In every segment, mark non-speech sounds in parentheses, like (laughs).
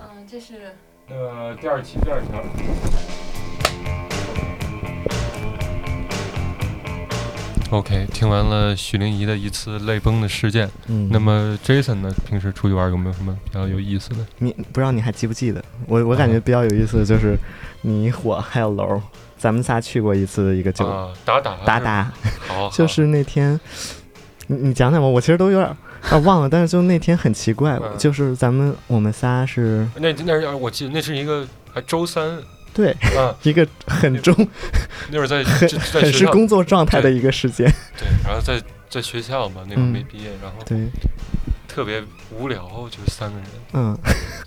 嗯，这是呃，第二期第二条。 OK，听完了许灵怡的一次泪崩的事件，嗯，那么 Jason 呢？平时出去玩有没有什么比较有意思的？你不知道你还记不记得？我我感啊觉比较有意思的就是你我还有楼，咱们仨去过一次一个酒、啊，打打打打， (laughs) 好，好就是那天，你你讲讲吧，我其实都有点儿啊忘了，但是就那天很奇怪，嗯就是咱们我们仨是那那是我记得那是一个还周 (laughs) 三对啊，一个很中那会儿在很在在很学是校工作状态的一个时间，对，然后在在学校嘛，那会儿没嗯毕业，然后对，特别无聊，就是三个人，嗯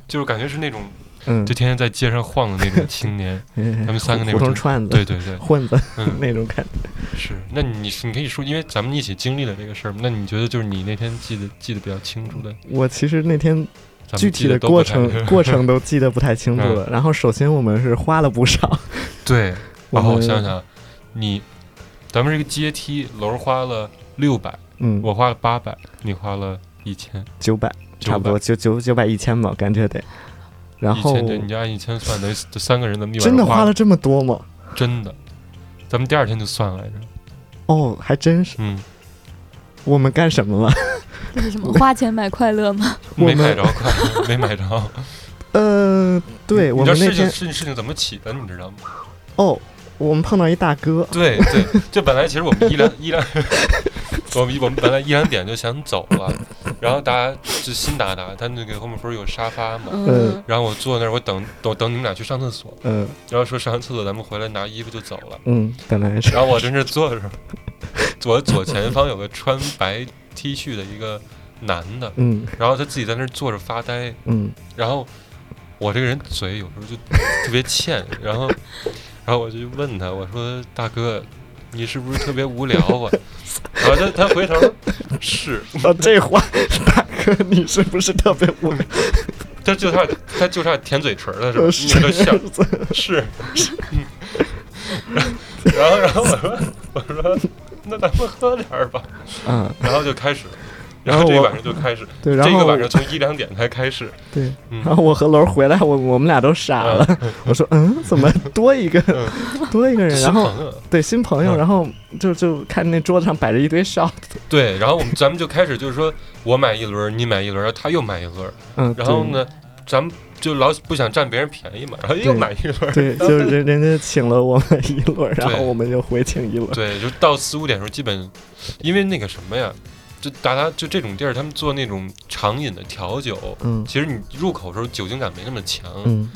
就是感觉是那种嗯就，天天在街上晃的那种青 (laughs) 年。咱们三个那胡会儿同就串子，对对对，混子嗯， (laughs) 那种感觉，是。那你是你可以说，因为咱们一起经历了这个事儿嘛，那你觉得就是你那天记得记得比较清楚的，我其实那天咱们嗯具记体得的都过不太程 (laughs) 过程都记得不太清楚嗯了。然后首先我们是花了不少，对，我然哦后我们想，想，啊你咱们这个阶梯楼花了六百，嗯，我花了八百，你花了一千，九百差不多九九九百一千吧，感觉得。然一后千，对，你就按一千算，等于这三个人的密码真的花花了，这么多吗？真的。咱们第二天就算来着，哦，还真是。嗯，我们干什么了？ (laughs) (laughs) 这是什么？花钱买快乐吗？我没买们着快乐，没买着。呃， (laughs) 对你我知道们那事情天事情事情怎么起的，你知道吗？哦，我们碰到一大哥，对对，这本来其实我们一两一两， (laughs) 我们我们本来一两点就想走了，然后大家就心达达，他那个后面不是有沙发嘛，嗯，然后我坐那儿，我等等等你们俩去上厕所，嗯然后说上完厕所咱们回来拿衣服就走了，嗯，本来是然后我在那儿坐着， (laughs) 左左前方有个穿白 T 恤的一个男的，嗯然后他自己在那儿坐着发呆，嗯然后我这个人嘴有时候就特别 (laughs) 欠，然后然后我就问他，我说大哥，你是不是特别无聊啊？ (laughs) 然后他他回头是，啊，这话大哥你是不是特别无聊？他就差他就差舔嘴唇了，哦是吧？你个小是， (laughs) 嗯然后然后我说我说那咱们喝点 (laughs) 儿吧，嗯，然后就开始。然然后后这个我晚上就开始，对，这然后个晚上从一两点才开始，对，嗯然后我和楼回来，我我们俩都傻了。我说，嗯，怎么多一个嗯多一个人？新然后朋友，对新朋友，嗯然后就就看那桌子上摆着一堆烧，对，然后我们咱们就开始就是说我买一轮儿，你买一轮儿，然后他又买一轮儿，嗯，然后呢，咱们就老不想占别人便宜嘛，然后又对买一轮儿， (laughs) 对？对，就是人人家请了我们一轮，然后我们又回请一轮。对，就到四五点的时候，基本因为那个什么呀，就大家就这种地儿，他们做那种常饮的调酒，嗯其实你入口的时候酒精感没那么强，嗯，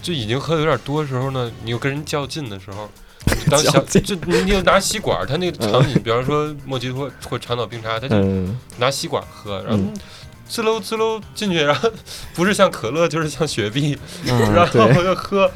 就已经喝的有点多的时候呢，你又跟人较劲的时 (laughs) 候。你当较小劲就你又拿吸管儿，他那个常饮，比方说莫吉托或长岛冰茶，他就嗯，拿吸管儿喝，然后嗯滋溜滋溜进去，然后不是像可乐就是像雪碧， (laughs) 然啊后对，我就喝，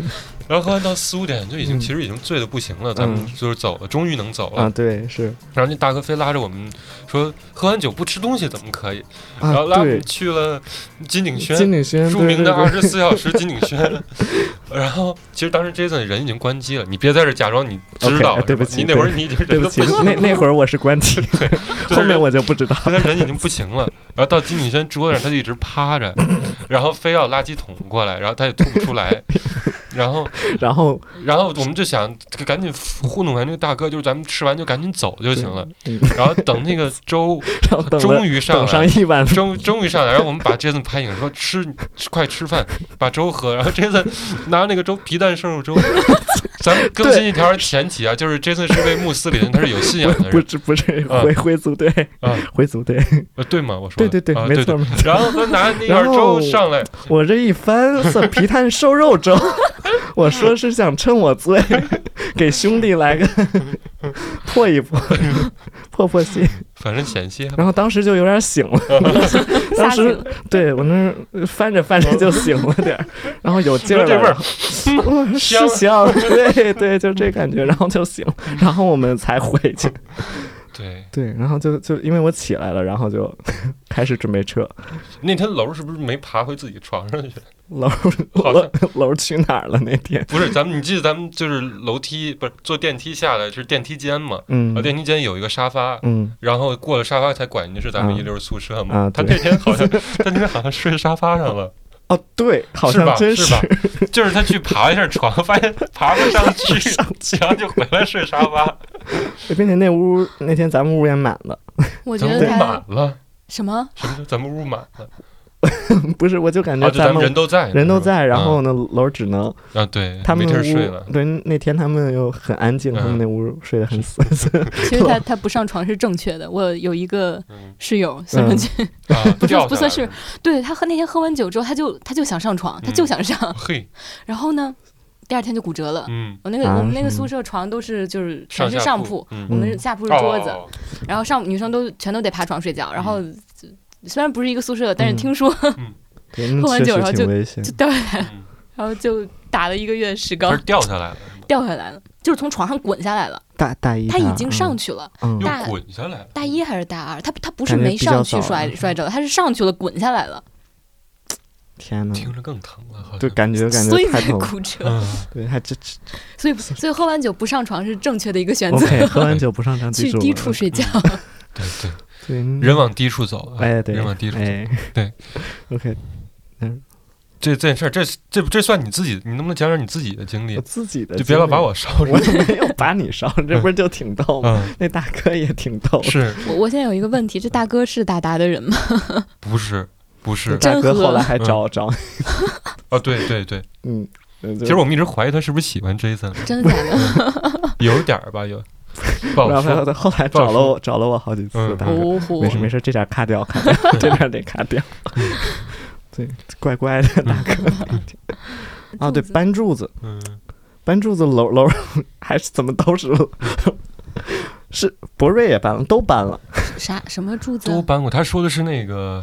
然后喝完到四五点就已经、嗯其实已经醉的不行了，咱们嗯就是走了，终于能走了。啊对是然后那大哥非拉着我们说，喝完酒不吃东西怎么可以？啊然后拉我对们，去了金鼎轩，金鼎轩著对名对的对二十四小时金鼎轩。 (laughs) 然后其实当时 Jason 人已经关机了，你别在这假装你知 OK，道啊了对不是吧起你那会儿你已经人 (laughs) 对不都 (laughs) 起行，那那会儿我是 (laughs) 关机， (laughs) 就是后面我就不知道。他人已经不行了，然后到金鼎轩桌子上，他就一直趴着，然后非要垃圾桶过来，然后他也吐不出 (laughs) 来，然后然后然后我们就想赶紧糊弄完这个大哥，就是咱们吃完就赶紧走就行了。嗯然后等那个粥然 (laughs) 后等终了于上等来，上一晚，终终于上来，然后我们把 Jason 拍醒，说吃吃快吃饭，把粥喝。然后 Jason 拿那个粥皮蛋 (laughs) 瘦肉粥，咱们更新一条前提啊，就是 Jason 是位穆斯林，他是有信仰的不人是不是啊回回族队啊，回族队，呃，对吗？我说对的对对啊，没对错对。没错。然后他拿那碗然粥后上来，我这一翻是皮蛋瘦肉粥， (laughs) 我说是想趁我醉，给兄弟来个破一破，破破心。反正险些。然后当时就有点醒了，当吓死时了！对我那儿翻着翻着就醒了点儿，然后有劲儿说这味儿了，嗯是香，对对，就这感觉，然后就醒了，然后我们才回去。对，对，然后就就因为我起来了，然后就开始准备撤。那天楼是不是没爬回自己床上去？楼好楼像楼去哪儿了那天？不是，咱们你记得咱们就是楼梯不是坐电梯下来是电梯间嘛？嗯啊，电梯间有一个沙发，嗯。然后过了沙发才管你是咱们啊一溜儿宿舍啊嘛。他对那天好像他那天好像睡沙发上了，哦，对， (laughs) 好是吧像真是 (laughs) 吧就是他去爬一下床，发现爬不上去，然后就回来睡沙发，并且那屋那天咱们屋也满了，我觉咱们得屋他满了，什么？什么叫咱们屋满了？不是，我就感觉啊，就咱们们人都在呢，人都在，是吧然后呢，楼只能啊，对，他们没地屋儿睡 (laughs) 了，对那天他们又很安静，嗯他们那屋睡得很 (laughs) 死。其实 (laughs) 他他不上床是正确的。我有一个嗯室友算上去，啊，不掉算不下来算是了，对他喝那天喝完酒之后，他就他就想上床，他嗯就想上，嘿，然后呢，第二天就骨折了。 (laughs) 嗯，我那个、啊我们那个是吗宿舍床都是就是全是下上铺铺，，嗯我们是下铺是哦桌子，哦嗯然后上女生都全都得爬床睡觉，然后。虽然不是一个宿舍，但是听说对那喝完确酒实然后挺危险就。掉下来， (laughs) 哦了，嗯然后就打了一个月石膏它是，掉下来 (laughs) 了，掉下来了，就是从床上滚下来了。大大一他已经上去去，了，嗯又大滚下来了，大一还是大二？他他不是感觉没比较上去早摔了嗯摔着的，他是上去了滚下来了，天哪，听着更疼了，好像就感觉感所以觉太才痛了。骨折。嗯，对，还这这所以 (laughs) 所以喝完酒不上床是正确的一个选择， OK，喝完酒不 (laughs) 上床，去记住低了嗯处睡觉。对对，对嗯人往低处走啊，哎对，人往低处走。哎对，OK，这这件事儿，这这这算你自己，你能不能讲讲你自己的经历我？自己的就别老把呃经我烧历。(laughs) 着我。就没有把你烧，这不是就挺逗吗？嗯，那大哥也挺逗，是我我现在有一个问题，这大哥是达达的人吗？不是？不 (laughs) 是嗯这大哥真喝后来还找找，啊，对对对，嗯，嗯其就实我们一直怀疑他是不是喜欢 Jason，真的假的？有点儿吧，有不好然后说。他后来找了我找了我好几次，嗯大哥，哦没事吼，没事，这点卡掉卡掉，这点得卡掉，嗯 (laughs) 对，乖乖的大哥啊，对，搬柱子嗯，搬柱子楼楼 (laughs) 还是怎么都是楼，嗯 (laughs) 是博瑞也搬了，都搬了，啥什么柱子啊都搬过。他说的是那个，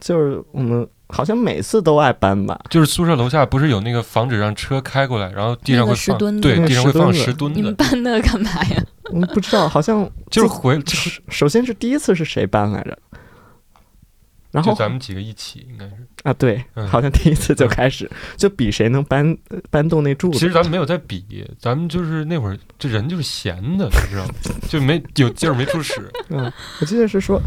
就是我们好像每次都爱搬吧，就是宿舍楼下不是有那个防止让车开过来，然后地上那会个石放，墩子对，那个地上会石墩放子石墩你们子，搬那个干嘛呀？我嗯不知道，(laughs) 好像就是回就首首先是第一次是谁搬来着，然后就咱们几个一起，应该是。啊对嗯，好像第一次就开始就比谁能搬呃搬动那柱其子，实咱们没有在比，咱们就是那会儿这人就是闲的，你知道吗？就没有劲儿没处使，嗯，我记得是说，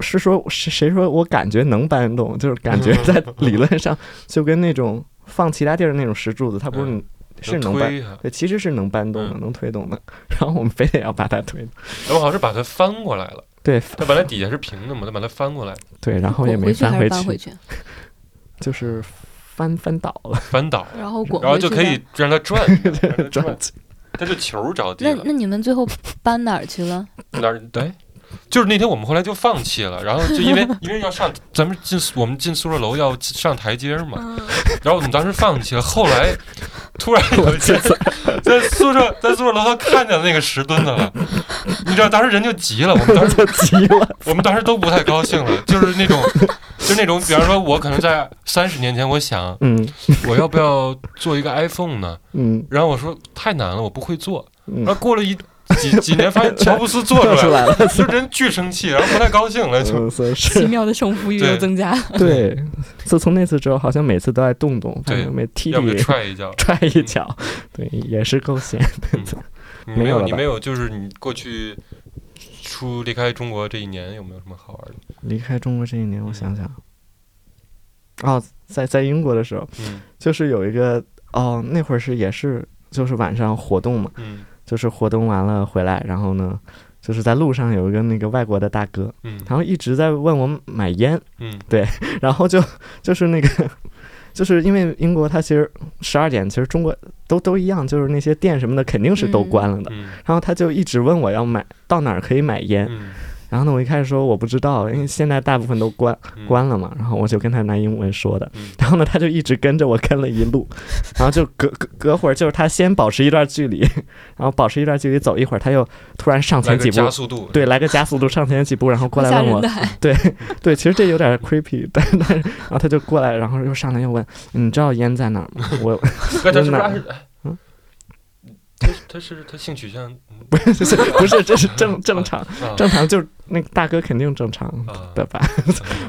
是说谁谁说我感觉能搬动，就是感觉在理论上就跟那种放其他地儿的那种石柱子，它不是嗯你 (laughs) 是能搬，推它。对，其实是能搬动的，嗯能推动的。然后我们非得要把它推，然后好像是把它翻过来了，对它本来底下是平的嘛，它把它翻过来，对，然后滚也没回去翻还是搬去，回去？就是翻翻倒了，翻倒，然后滚回去，然后就可以让它转，让它 (laughs) 转 (laughs) 转，它就球着地那了。那你们最后搬哪儿去 (laughs) 了？哪儿？对，就是那天我们后来就放弃了，然后就因为因为要上，咱们进我们进宿舍楼要上台阶儿嗯嘛，然后我们当时放弃了，后来突然有一天在宿舍在宿舍楼上看见那个石墩子了，你知道当时人就急了，我们当时就急了。我们当时都不太高兴了，就是那种。就那种，比方说，我可能在三十年前，我想嗯我要不要做一个 iPhone 呢？嗯然后我说太难了，我不会做。然后嗯，过了一几几年，发现乔布斯做出跳来出了，来了，就人巨生气，然后不太高兴了，就嗯，所以奇是。妙的胜负欲 (laughs) 对又增加了。 (laughs) 对，自从那次之后，好像每次都爱动动，反对正没踢要不就你踹一嗯脚。 (laughs) 踹一脚，对，也是够闲。嗯 (laughs) 你没没有有，了你吧没有，就是你过去出离开中国这一年有没有什么好玩的？离开中国这一年，我想想，哦，在在英国的时候，嗯就是有一个哦，那会儿是也是就是晚上活动嘛，嗯就是活动完了回来，然后呢，就是在路上有一个那个外国的大哥，嗯然后一直在问我买烟，嗯然后就就是那个。就是因为英国，它其实十二点，其实中国都都一样，就是那些店什么的肯定是都嗯关了的。嗯然后他就一直问我要买到哪儿可以买烟，嗯然后呢，我一开始说我不知道，因为现在大部分都关嗯，关了嘛，然后我就跟他拿英文说的嗯，然后呢，他就一直跟着我跟了一路，然后就隔隔隔会儿，就是他先保持一段距离，然后保持一段距离走一会儿，他又突然上来前个几加步，速度，对，来个加速度上前几步，然后过来吓问人啊我的，，还对，其实这有点 creepy，但 (laughs) 但是然后他就过来，然后又上来又问，你知道烟在哪儿吗？我 (laughs) 那他是不哪是？哎嗯他他是他性取向嗯不是就是不是这是正正常啊正常就是那个大哥肯定正常 (laughs) 啊的吧？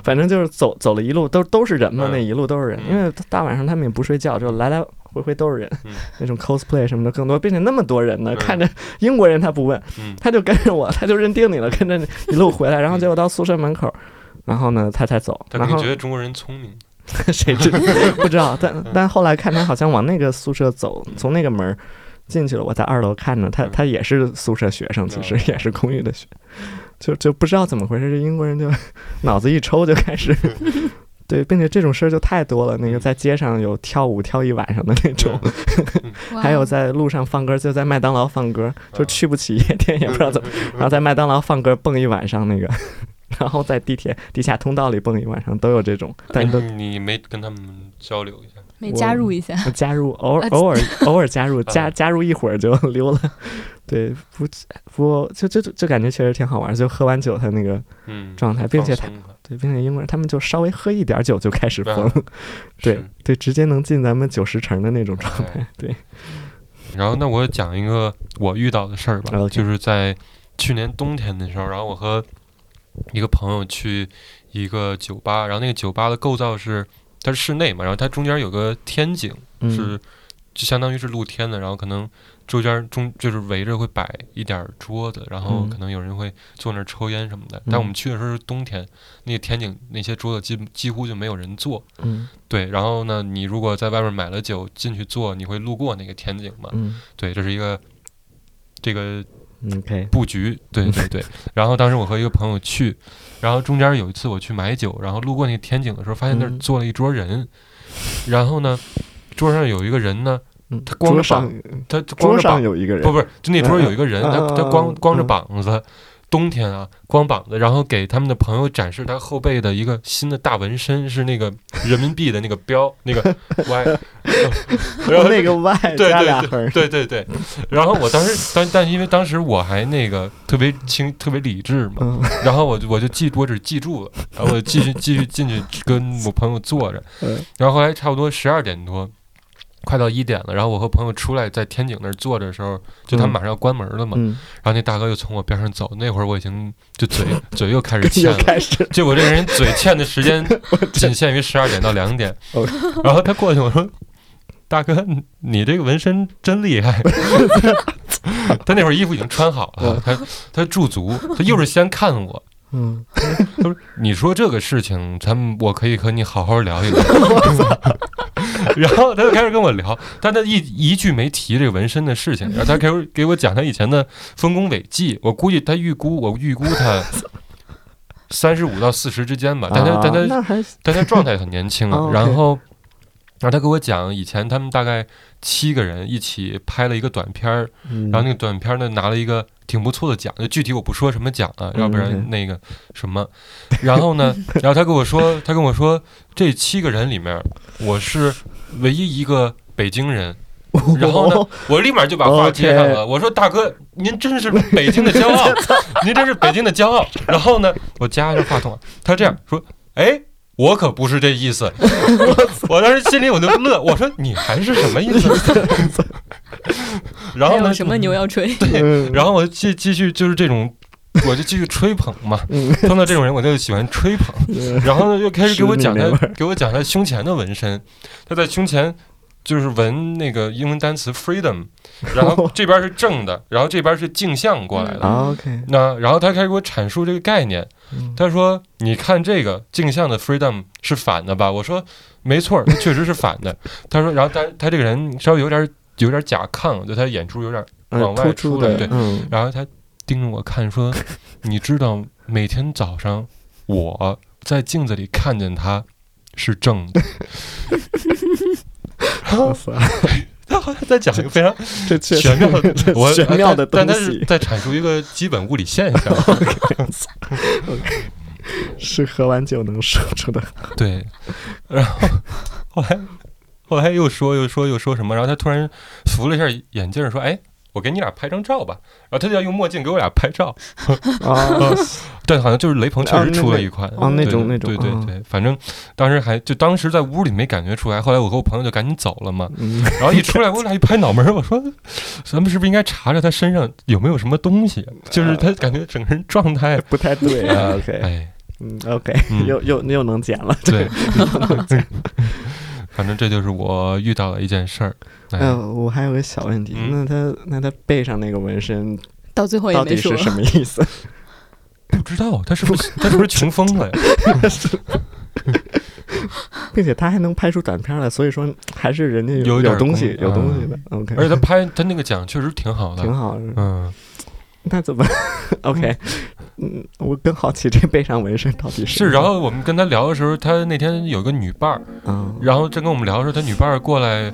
反正就是走走了一路，都都是人嘛，嗯那一路都是人，嗯因为大晚上他们也不睡觉，就来来回回都是人，嗯那种 cosplay 什么的更多，并且那么多人呢，嗯看着英国人他不问，嗯他就跟着我，他就认定你了，跟着你一路回来，然后结果到宿舍门口，然后呢他才走，他然肯定后 (laughs) 觉得中国人聪明，谁知不知道？ (laughs) 但但后来看他好像往那个宿舍走，从那个门儿进去了。我在二楼看着他，他也是宿舍学生，其实也是公寓的学，就就不知道怎么回事，这英国人就脑子一抽就开始。对，并且这种事儿就太多了。那个在街上有跳舞跳一晚上的那种，哇还有在路上放歌，就在麦当劳放歌，就去不起夜店也不知道怎么，然后在麦当劳放歌蹦一晚上那个， (laughs) 然后在地铁地下通道里蹦一晚上都有这种，但都嗯你没跟他们交流一下？没加入一下，(laughs) 加入偶尔啊偶尔偶尔加入啊加加入一会儿就溜了，对，不不过就就就感觉确实挺好玩，就喝完酒他那个嗯，状态，并且他放松了对，并且英国人他们就稍微喝一点酒就开始疯啊， (laughs) 对是哎对，直接能进咱们九十成的那种状态，对，然后那我讲一个我遇到的事儿吧 OK 就是在去年冬天的时候，然后我和一个朋友去一个酒吧，然后那个酒吧的构造是它是室内嘛，然后它中间有个天井，嗯是就相当于是露天的，然后可能中间中就是围着会摆一点儿桌子，然后嗯可能有人会坐那儿抽烟什么的。但我们去的时候是冬天，那个天井那些桌子几几乎就没有人坐。嗯对，然后呢，你如果在外面买了酒进去坐，你会路过那个天井嘛？嗯对，这是一个这个嗯，OK，布局，对对对。嗯 (laughs) 然后当时我和一个朋友去，然后中间有一次我去买酒，然后路过那个天井的时候，发现那儿嗯坐了一桌人，然后呢，桌上有一个人呢，嗯他光着桌膀上他他光桌着上膀，有一个人不，不是，就那桌有一个人，嗯他嗯他嗯光嗯光着嗯膀子，冬天啊，光膀子，然后给他们的朋友展示他后背的一个新的大纹身，是那个人民币的那个标，那 (laughs) 个 Y，然后哦那 (laughs) 个 Y 对加对俩横 (laughs) 儿，对对 (laughs) 对，然后我当时，但但因为当时我还那个特别清、特别理智嘛，嗯然后我就我就记，我只记住了，然后我继续继续进去跟我朋友坐着，嗯然后后来差不多十二点多，快到一点了，然后我和朋友出来在天井那儿坐着的时候，就他们嗯马上要关门了嘛，嗯，然后那大哥又从我边上走，那会儿我已经就 (laughs) 嘴嘴又开始欠又了。开始就我这个人嘴欠的时 (laughs) 间仅限于十二点到两点 OK，然后他过去我说：“大哥，你你这个纹身真厉 (laughs) 害。” (laughs) 他那会儿衣服已经穿好哦了，他他驻足，他又是先看我，嗯，他说：“你说这个事情，咱们我可以和你好好聊一 (laughs) 聊。”然后他就开始跟我聊，但他一一句没提这个纹身的事情，然后他开始给我讲他以前的丰功伟绩。我估计他预估，我预估 (laughs) 他三十五到四十之间吧，但他、但啊他那还但他状态很年轻 (laughs) 啊。哦，OK 然后，然后他给我讲，以前他们大概七个人一起拍了一个短片儿，然然后 (laughs) 那个短片呢拿了一个挺不错的奖，就具体我不说什么奖啊，要不嗯然那个什么，然后呢，然后他跟我说，他跟我说这七个人里面，我是唯一一个北京人，然后哦呢，我立马就把话接上了，我说大哥，您真是北京的骄傲，您真是北京的骄傲。然后呢，我夹着话筒，啊他这样说，哎。我可不是这意思，我当时心里我就乐，我说你还是什么意思？然还后有呢，什么牛要吹？嗯然后我继继续就是这种，我就继续吹捧嘛。嗯碰到这种人，我就喜欢吹捧。嗯然后呢，又开始给我讲是那味他给我讲他胸前的纹身，他在胸前就是纹那个英文单词 freedom，然后这边是正的，然后这边是镜像过来的。啊 OK，那然后他开始给我阐述这个概念，嗯他说：“你看这个镜像的 freedom 是反的吧？”我说：“没错儿，它确实是反的。”他说：“然后他他这个人稍微有点有点甲亢，就他眼珠有点嗯往外突出出来的对嗯然后他盯着我看 (laughs) 说：“你知道每天早上我在镜子里看见他是正 (laughs) 的。哇 (laughs) 塞”他好像在讲一个 (laughs) 非常这确实玄妙的这，我 (laughs) 呃玄妙的但但东他是西在阐述一个基本物理现 (laughs) 象。是喝完酒能说出的，对，然后后来后来又说又说又说什么，然后他突然扶了一下眼镜儿说：“哎。”我给你俩拍张照吧，然后他就要用墨镜给我俩拍照，啊对，好像就是雷鹏确啊实那出了那一款，啊那对种那种对对啊对，反正当时还就当时在屋里没感觉出来，后来我和我朋友就赶紧走了嘛， (laughs) 嗯然后一 (laughs) 出来我俩一拍脑门儿，我说咱们是不是应该查查他身上有没有什么东西？啊就是他感觉整个人状态，不太啊对啊 OK 哎，嗯 OK 嗯又又又能剪了，对， (laughs) 反正这就是我遇到的一件事儿。哎哎我还有个小问题，那嗯他那他背上那个纹身到最后也到没底说是，什么意 (laughs) 思？不知道他是不是他是不是穷疯了呀？并且他还能拍出短片来，所以说还是人家有有点东西，功有东西的。OK，而且他拍他那个奖确实挺好的，挺好的。嗯，那怎么？OK，嗯，我更好奇这背上纹身到底是。然后我们跟他聊的时候，他那天有个女伴儿，啊，然后正跟我们聊的时候，他女伴儿过来，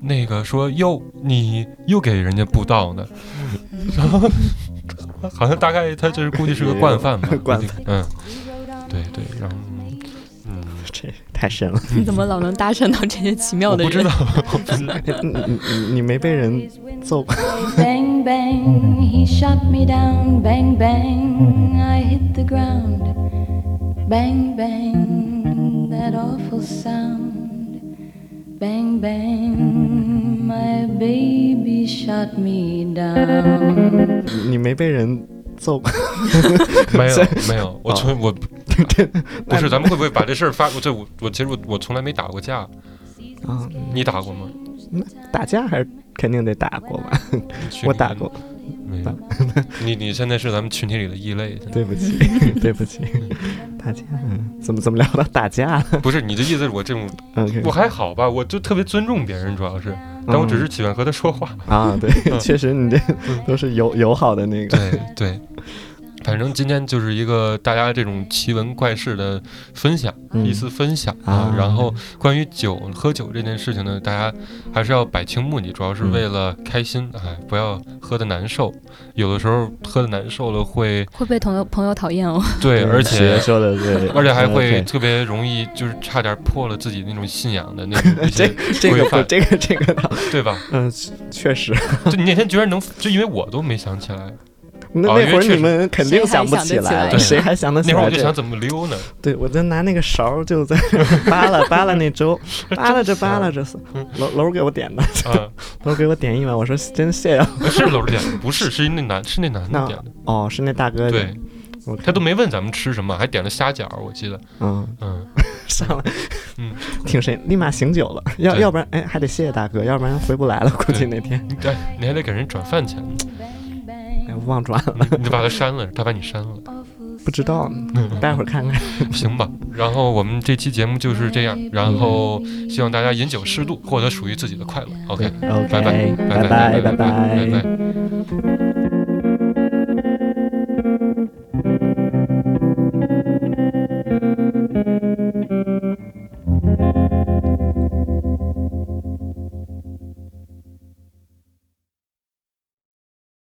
那个说哟，你又给人家布道呢，然后好像大概他就是估计是个惯犯吧， (laughs) 惯犯，嗯，对对，然后嗯，这太深了。你怎么老能搭讪到这些奇妙我的不知人道？， (laughs) 我不知道你你你你没被人揍 Bang, bang, he shot me down. Bang, bang, I hit the ground. Bang, bang, that awful sound. Bang, bang, my baby shot me down. 你你没被人揍？没有没哦有，我从 (laughs) 我这不是，咱们会不会把这事儿发？这我我其实我我从来没打过架，啊，你打过吗？那打架还是肯定得打过吧？你去我你打们过，没有。 (laughs) 你你现在是咱们群体里的异类，对不起，对不起，打架，嗯怎么怎么聊到打架了不是你的意思是我这 (laughs) 种？OK，我还好吧，我就特别尊重别人，主要是，但我只是喜欢和他说话。嗯啊，对，确实你这都是友友好的那个， (laughs) 对对，反正今天就是一个大家这种奇闻怪事的分享，嗯一次分享啊然后关于酒喝酒这件事情呢，大家还是要摆清目的，主要是嗯为了开心，哎，不要喝的难受。有的时候喝的难受了会会被朋友朋友讨厌哦。对，而且学说的嗯对，而且还会 OK 特别容易，就是差点破了自己那种信仰的那种一这 (laughs) 些，这个规不范这个这个倒，对吧？嗯，确实，就你那天居然能，就因为我都没想起来，那哦因那为会儿确实你们肯定不起来了，谁谁还想得起那会儿来我就这想？怎么溜呢？对，我就拿那个勺儿 (laughs) 就在扒拉扒拉 (laughs) 那粥，扒拉着扒拉着，楼楼给我点的，嗯啊， (laughs) (laughs) 楼给我点一碗，我说真谢啊，是楼主点的，不是，是那男是那男的那点的，哦，是那大哥点对，我看他都没问咱们吃什么，还点了虾饺，我记得，嗯。 (laughs) 嗯，上来，嗯， (laughs) 挺神，立马醒酒了。要对要不然，哎，还得谢谢大哥，要不然回不来了。估计那天你对，哎你还得给人转饭钱， (laughs) Bang, bang, 哎忘抓了，你你把他删了，他把你删了， awful 不知道，嗯待会儿看看。行吧。然后我们这期节目就是这样，然后希望大家饮酒适度，获得属于自己的快乐。OK， OK，嗯哎拜拜，哎拜拜拜拜拜拜。拜。